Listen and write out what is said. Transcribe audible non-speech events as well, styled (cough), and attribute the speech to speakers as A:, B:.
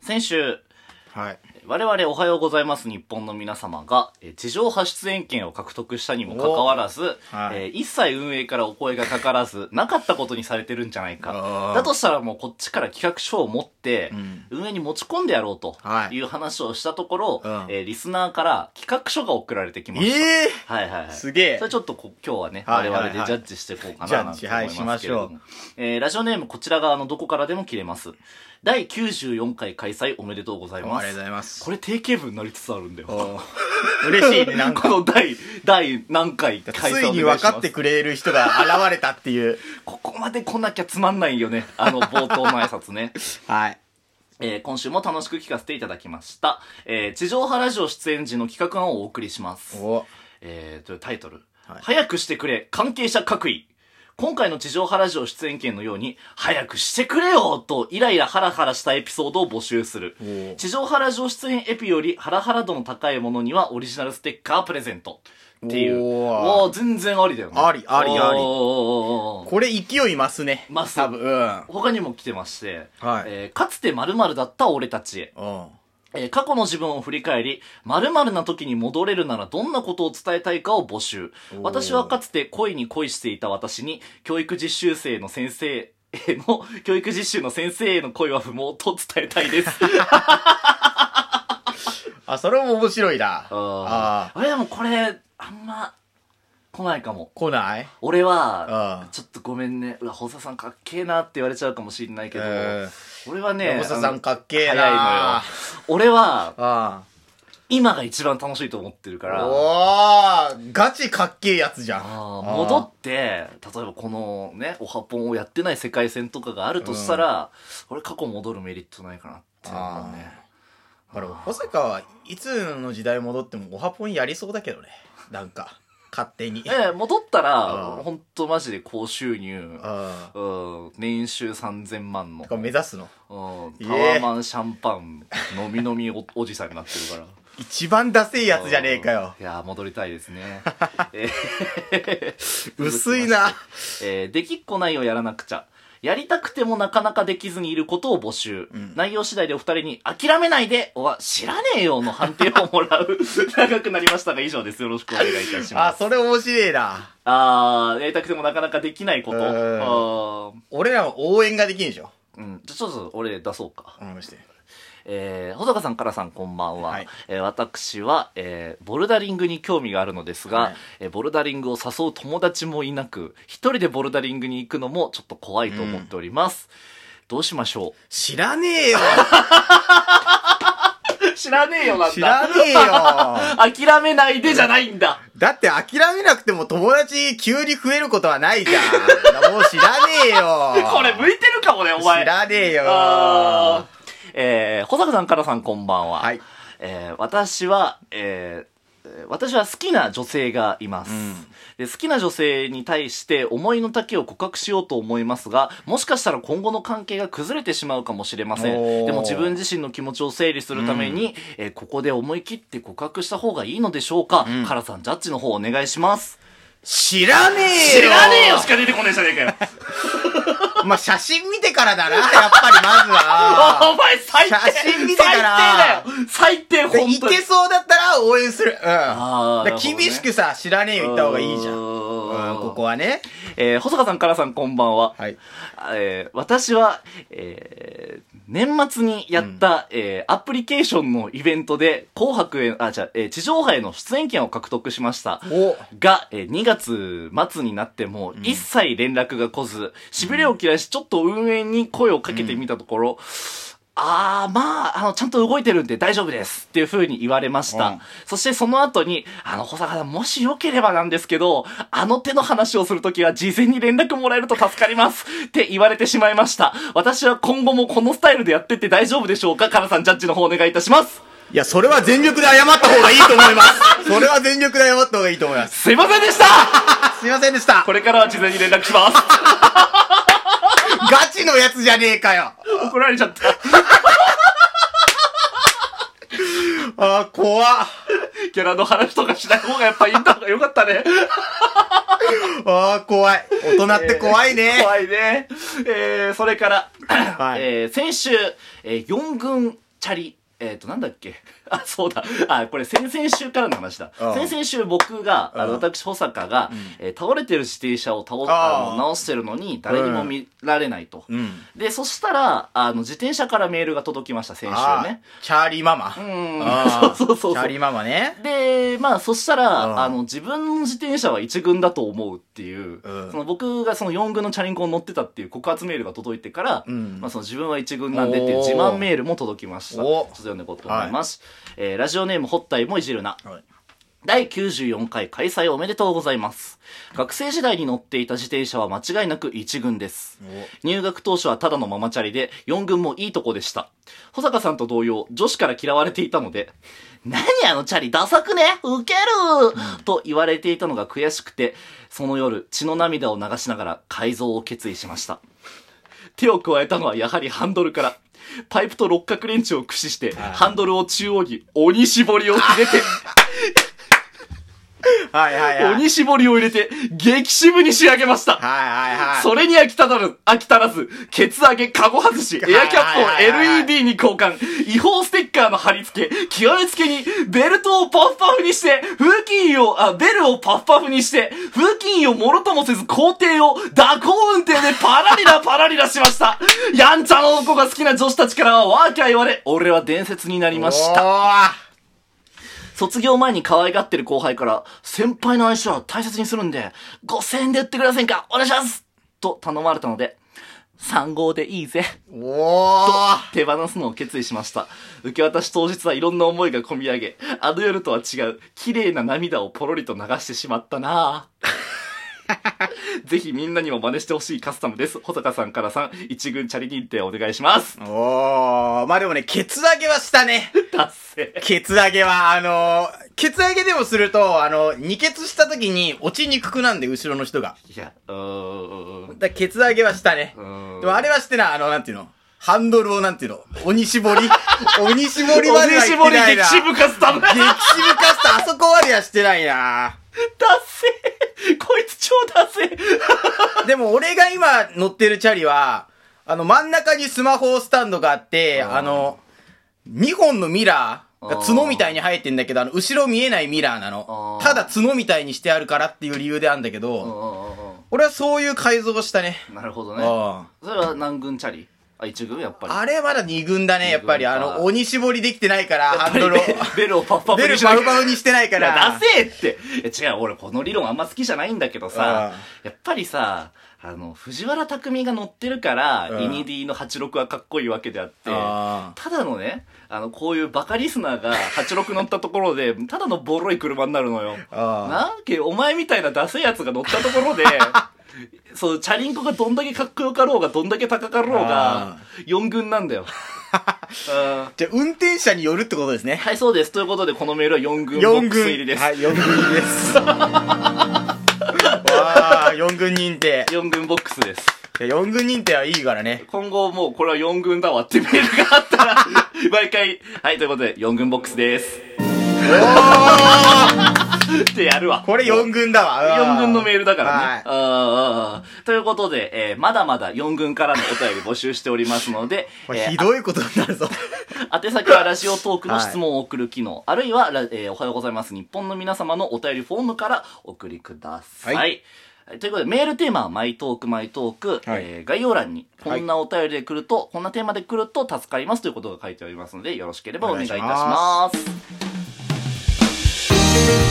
A: 先週、
B: はい。
A: 我々おはようございます日本の皆様が、えー地上波出演権を獲得したにもかかわらず、
B: はい
A: えー一切運営からお声がかからず、なかったことにされてるんじゃない
B: あ
A: か。
B: ー
A: だとしたらもうこっちから企画書を持って、
B: ん
A: 運営に持ち込んでやろうと
B: はい
A: いう話をしたところ、
B: うん
A: えーリスナーから企画書が送られてきました。
B: ええ
A: はいはいはい。
B: すげえ
A: それちょっとこ今日はね、
B: はいはいはい
A: 我々でジャッジしていこうかななんて
B: ジャッジ
A: 思
B: はいい
A: ますけれども。
B: しま
A: えーラジオネームこちら側のどこからでも切れます。第94回開催おめでとうござい
B: お
A: ま
B: ありがとう
A: す
B: ご。ざいます。
A: これ定型文になりつつあるんだよ。
B: お嬉しいね、なん
A: こ
B: か。
A: の第、第何回開催
B: ついに分かって
A: く
B: くれる人が現れたっていう。
A: ここまで来なきゃつまんないよね。あの冒頭の挨拶ね。 (laughs)
B: はい。
A: えー今週も楽しく聞かせていただきました。えー地上波ラジオ出演時の企画案をお送りします。
B: お
A: えー、というタイトル、
B: はい
A: 早くしてくれ関係者各位今回の地上波ラジオ出演権のように、早くしてくれよとイライラハラハラしたエピソードを募集する
B: おー。
A: 地上波ラジオ出演エピよりハラハラ度の高いものにはオリジナルステッカープレゼント。っていう。
B: おー
A: わあ全然ありだよね。
B: ありありあり
A: おーおーおーおー
B: これ勢い増すね。
A: 増す
B: 多分。うん。
A: 他にも来てまして、
B: はい
A: えーかつて〇〇だった俺たちへ。
B: お
A: えー過去の自分を振り返り、〇〇な時に戻れるならどんなことを伝えたいかを募集。
B: おー
A: 私はかつて恋に恋していた私に、教育実習生の先生への、教育実習の先生への恋は不毛と伝えたい
B: (laughs)
A: です。
B: あ、それも面白いな。
A: あ
B: ああ。
A: ー。いや、でもこれ、あんま、来ないかも。
B: 来ない
A: 俺は
B: あ、ー
A: ちょっとごめんね。うわ、細田さんかっけえなって言われちゃうかもしれないけど、
B: え
A: 俺はね、
B: 山下さ
A: あの
B: んかっけえな。
A: 早いのよ
B: あ。
A: 俺は、
B: あ。
A: 今が一番楽しいと思ってるから、
B: おーガチかっけえやつじゃん。
A: あー
B: あー
A: 戻って例えばこのねオハポンをやってない世界線とかがあるとしたら、俺過去戻るメリットないかなって思うね
B: あれ、保坂はいつの時代戻ってもオハポンやりそうだけどね。なんか、勝手に。
A: ええ戻ったら
B: あー
A: 本当マジで高収入
B: あ
A: うん年収3000万の、う
B: あ。
A: ん、
B: 目指すの。
A: タワ
B: え
A: ーマンシャンパン飲み飲みおおじさんになってるから
B: 一番ダセいやつじゃねえかよ。
A: いやー戻りたいですねえー
B: 薄いな。
A: えーできっこないをやらなくちゃ。やりたくてもなかなかできずにいることを募集。
B: ん
A: 内容次第でお二人に、諦めないで、おは知らねえよの判定をもら
B: (laughs)
A: う。長くなりましたが、以上です。よろしくお願いいたしま
B: あ、
A: す。
B: それ面白いな。
A: あー、やりたくてもなかなかできないこと。
B: うん
A: あー
B: 俺らも応援ができんでしょ。
A: うん、じゃあちょっと俺出そうか。
B: うん、して。
A: えー、穂坂さん、からさん、こんばんは。
B: はい
A: えー私は、えーボルダリングに興味があるのですが、
B: はい
A: えーボルダリングを誘う友達もいなく、一人でボルダリングに行くのもちょっと怖いと思っております。どうしましょ
B: 知らねえよ
A: う (laughs) 知らねえよなんだ。
B: 知らねえよ
A: 諦めないでじゃないんだ。
B: だって諦めなくても友達急に増えることはないじゃん。もう知らねえよ
A: (laughs) これ向いてるかもね、お前。
B: 知らねえよ
A: あーえー、穂坂さん、からさん、こんばんは。
B: はい。
A: えー私は、えーえー私は好きな女性がいます、
B: うん
A: で。好きな女性に対して思いの丈を告白しようと思いますが、もしかしたら今後の関係が崩れてしまうかもしれません。
B: おー
A: でも自分自身の気持ちを整理するために、えーここで思い切って告白した方がいいのでしょうか、
B: うん
A: カラさん、ジャッジの方お願いします。
B: 知らねえよ
A: 知らねえよしか出てこねえじゃねえかよ
B: まあ、写真見てからだな、やっぱりまずは。
A: (laughs) (laughs) お前最低
B: 写真見てか
A: 最
B: ら
A: 低だよ最低
B: で
A: 本
B: い
A: 当に
B: けそうだったら応援する。うん。
A: あー
B: だから厳しくさ、知らねえよ言った方がいいじゃん。
A: う
B: うん、
A: ーん
B: ここはね。
A: えー、細川さん、からさん、こんばんは。
B: はい。
A: えー私は、えー年末にやった、えーアプリケーションのイベントで、紅白へ、あ、じゃあえー地上波への出演権を獲得しました。
B: お。
A: が、えー2月末になっても、一切連絡が来ず、痺れを切らし、ちょっと運営に声をかけてみたところ、あー、まあ、あの、ちゃんと動いてるんで大丈夫ですっていう風に言われました。
B: うん
A: そしてその後に、あの、保坂さん、もしよければなんですけど、あの手の話をするときは事前に連絡もらえると助かりますって言われてしまいました。私は今後もこのスタイルでやってって大丈夫でしょうかカラさん、ジャッジの方お願いいたします。
B: いや、それは全力で謝った方がいいと思います。 (laughs) それは全力で謝った方がいいと思います。
A: すいませんでした
B: すいませんでした。
A: これからは事前に連絡します。 (laughs)
B: ガチのやつじゃねえか (laughs) よ。
A: 怒られちゃった。
B: あー、怖っ
A: ギャラの話とかしない方がやっぱいいんだがよかったね。
B: あー、怖い。大人って怖いね。
A: 怖いね。えー、それから、
B: はい
A: えー、先週、えー、4軍チャリ、えっ、と、なんだっけ (laughs) あ、そうだ。あ、これ先々週からの話だ。
B: うん
A: 先々週僕が、あの、
B: うん
A: 私、保坂が、えー倒れてる自転車を倒、
B: あー
A: あの直してるのに、誰にも見られないと。
B: うん。
A: で、そしたら、あの、自転車からメールが届きました、先
B: あ
A: 週
B: ー
A: ね。
B: チャーリーママ。
A: うん
B: (laughs) あ。ー
A: そうそうそう
B: チ
A: そ
B: ャー
A: う
B: リ。ーママね。
A: で、まあ、そしたら、
B: うん
A: あの、自分の自転車は一軍だと思うっていう、
B: うん
A: その僕がその4軍のチャリンコに乗ってたっていう告発メールが届いてから、
B: うん
A: まあ、その自分は一軍なんでっていう自慢メールも届きました。ちょ
B: お
A: っと読んでいこうと思います。えーラジオネーム、ほったいもいじるな。
B: はい
A: 第94回開催おめでとうございます。学生時代に乗っていた自転車は間違いなく1軍です。入学当初はただのママチャリで、4軍もいいとこでした。保坂さんと同様、女子から嫌われていたので、何あのチャリダサくねウケると言われていたのが悔しくて、その夜、血の涙を流しながら改造を決意しました。手を加えたのはやはりハンドルから。パイプと六角レンチを駆使して、ハンドルを中央に鬼絞りを入れて、
B: はいはいはい。はい
A: 鬼絞りを入れて、激渋に仕上げました。
B: はいはい。
A: それに飽きたらず、飽きたらず、ケツ上げ、カゴ外し、エアキャップ
B: はいはいはい
A: を
B: はい
A: LED に交換、違法ステッカーの貼り付け、極めつけに、ベルトをパフパフにして、風紀委員を、あ、ベルをパフパフにして、風紀委員をもろともせず工程を蛇行運転でパラリ
B: (laughs)
A: ラパラリラしました。やんちゃの男が好きな女子たちからはワーキャー言われ、俺は伝説になりました。
B: た。
A: 卒業前に可愛がってる後輩から、先輩の愛称は大切にするんで、5000円で売ってくれませんかお願いしますと頼まれたので、3号でいいぜ。
B: おー
A: 手放すのを決意しました。受け渡し当日はいろんな思いが込み上げ、あの夜とは違う、綺麗な涙をポロリと流してしまったなぁ。 (laughs) ぜひみんなにも真似してほしいカスタムです。保坂さんからさん、一軍チャリ認定お願いします。
B: おーまあでもね、ケツ上げはしたね。
A: 達成。
B: ケツ上げは、あのー、ケツ上げでもすると、あの、二ケツした時に落ちにくくなんで、後ろの人が。
A: いや、うーん。
B: だからケツ上げはしたね。でもあれはしてない、あの、なんていうのハンドルをなんていうの鬼
A: (laughs)
B: 絞り鬼絞りまでは言ってないな。
A: 激渋カスタム。
B: 激渋化した、あそこまではしてないな。
A: ダッセーこいつ超ダッセー
B: (laughs) でも俺が今乗ってるチャリは、あの真ん中にスマホスタンドがあって、
A: あー
B: あの、2本のミラーが角みたいに生えてんだけど、あの、後ろ見えないミラーなの
A: あ。ー
B: ただ角みたいにしてあるからっていう理由であんだけど、俺はそういう改造をしたね。
A: なるほどね。
B: あ
A: それは何軍チャリあ、一軍やっぱり。
B: あれまだ2軍だね、やっぱり。
A: 二
B: あ
A: 軍か
B: の、鬼絞りできてないから、ハンドル
A: (laughs)
B: を
A: やっ。ぱりベベルをパッパ
B: ベ
A: ッ
B: ル
A: にしな
B: バ
A: きゃ
B: ウバウにしてないか
A: いや、
B: ら
A: ダ。セーって。いや違う、俺この理論あんま好きじゃないんだけどさ、やっぱりさ、あの、藤原匠が乗ってるから、
B: うん
A: リニディの86はかっこいいわけであって、
B: あ
A: ただのね、あの、こういうバカリスナーが86乗ったところで、ただのボロい車になるのよ。
B: ーあ
A: なけお前みたいなダセいやつが乗ったとこ
B: (laughs)
A: ろで、そう、チャリンコがどんだけかっこよかろうが、どんだけ高かろう
B: あ
A: が、4軍なん
B: (laughs)
A: だよ。うん
B: ー。じゃあ、運転者によるってことですね。
A: はい、そうです。ということで、このメールは4軍ボ
B: 四
A: ックス入り
B: 軍
A: です。
B: はい、四軍入り
A: (laughs)
B: です。わあ、四軍認定。
A: 4軍ボックスです。
B: いや四軍認定はいいからね。
A: 今後もうこれは4軍だわってメールがあった
B: (laughs)
A: ら、毎回、はい、ということで、4軍ボックスです。 (laughs) ってやるわ。
B: これ四軍だわ。
A: 4軍のメールだからね。
B: は
A: あーあーということで、えーまだまだ4軍からのお便り募集しておりますので、
B: (laughs) い。こ
A: え
B: れ
A: ー
B: ひどいことになるぞ。
A: 宛先はラジオトークの質問を送る機能、あるいはラ、えーおはようございます日本の皆様のお便りフォームからお送りください。
B: は
A: はいということで、メールテーマは、マイトーク、マイトーク、
B: はい
A: えー概要欄に、こんなお便りで来ると、こんなテーマで来ると助かりますということが書いておりますので、よろしければお願いいたします。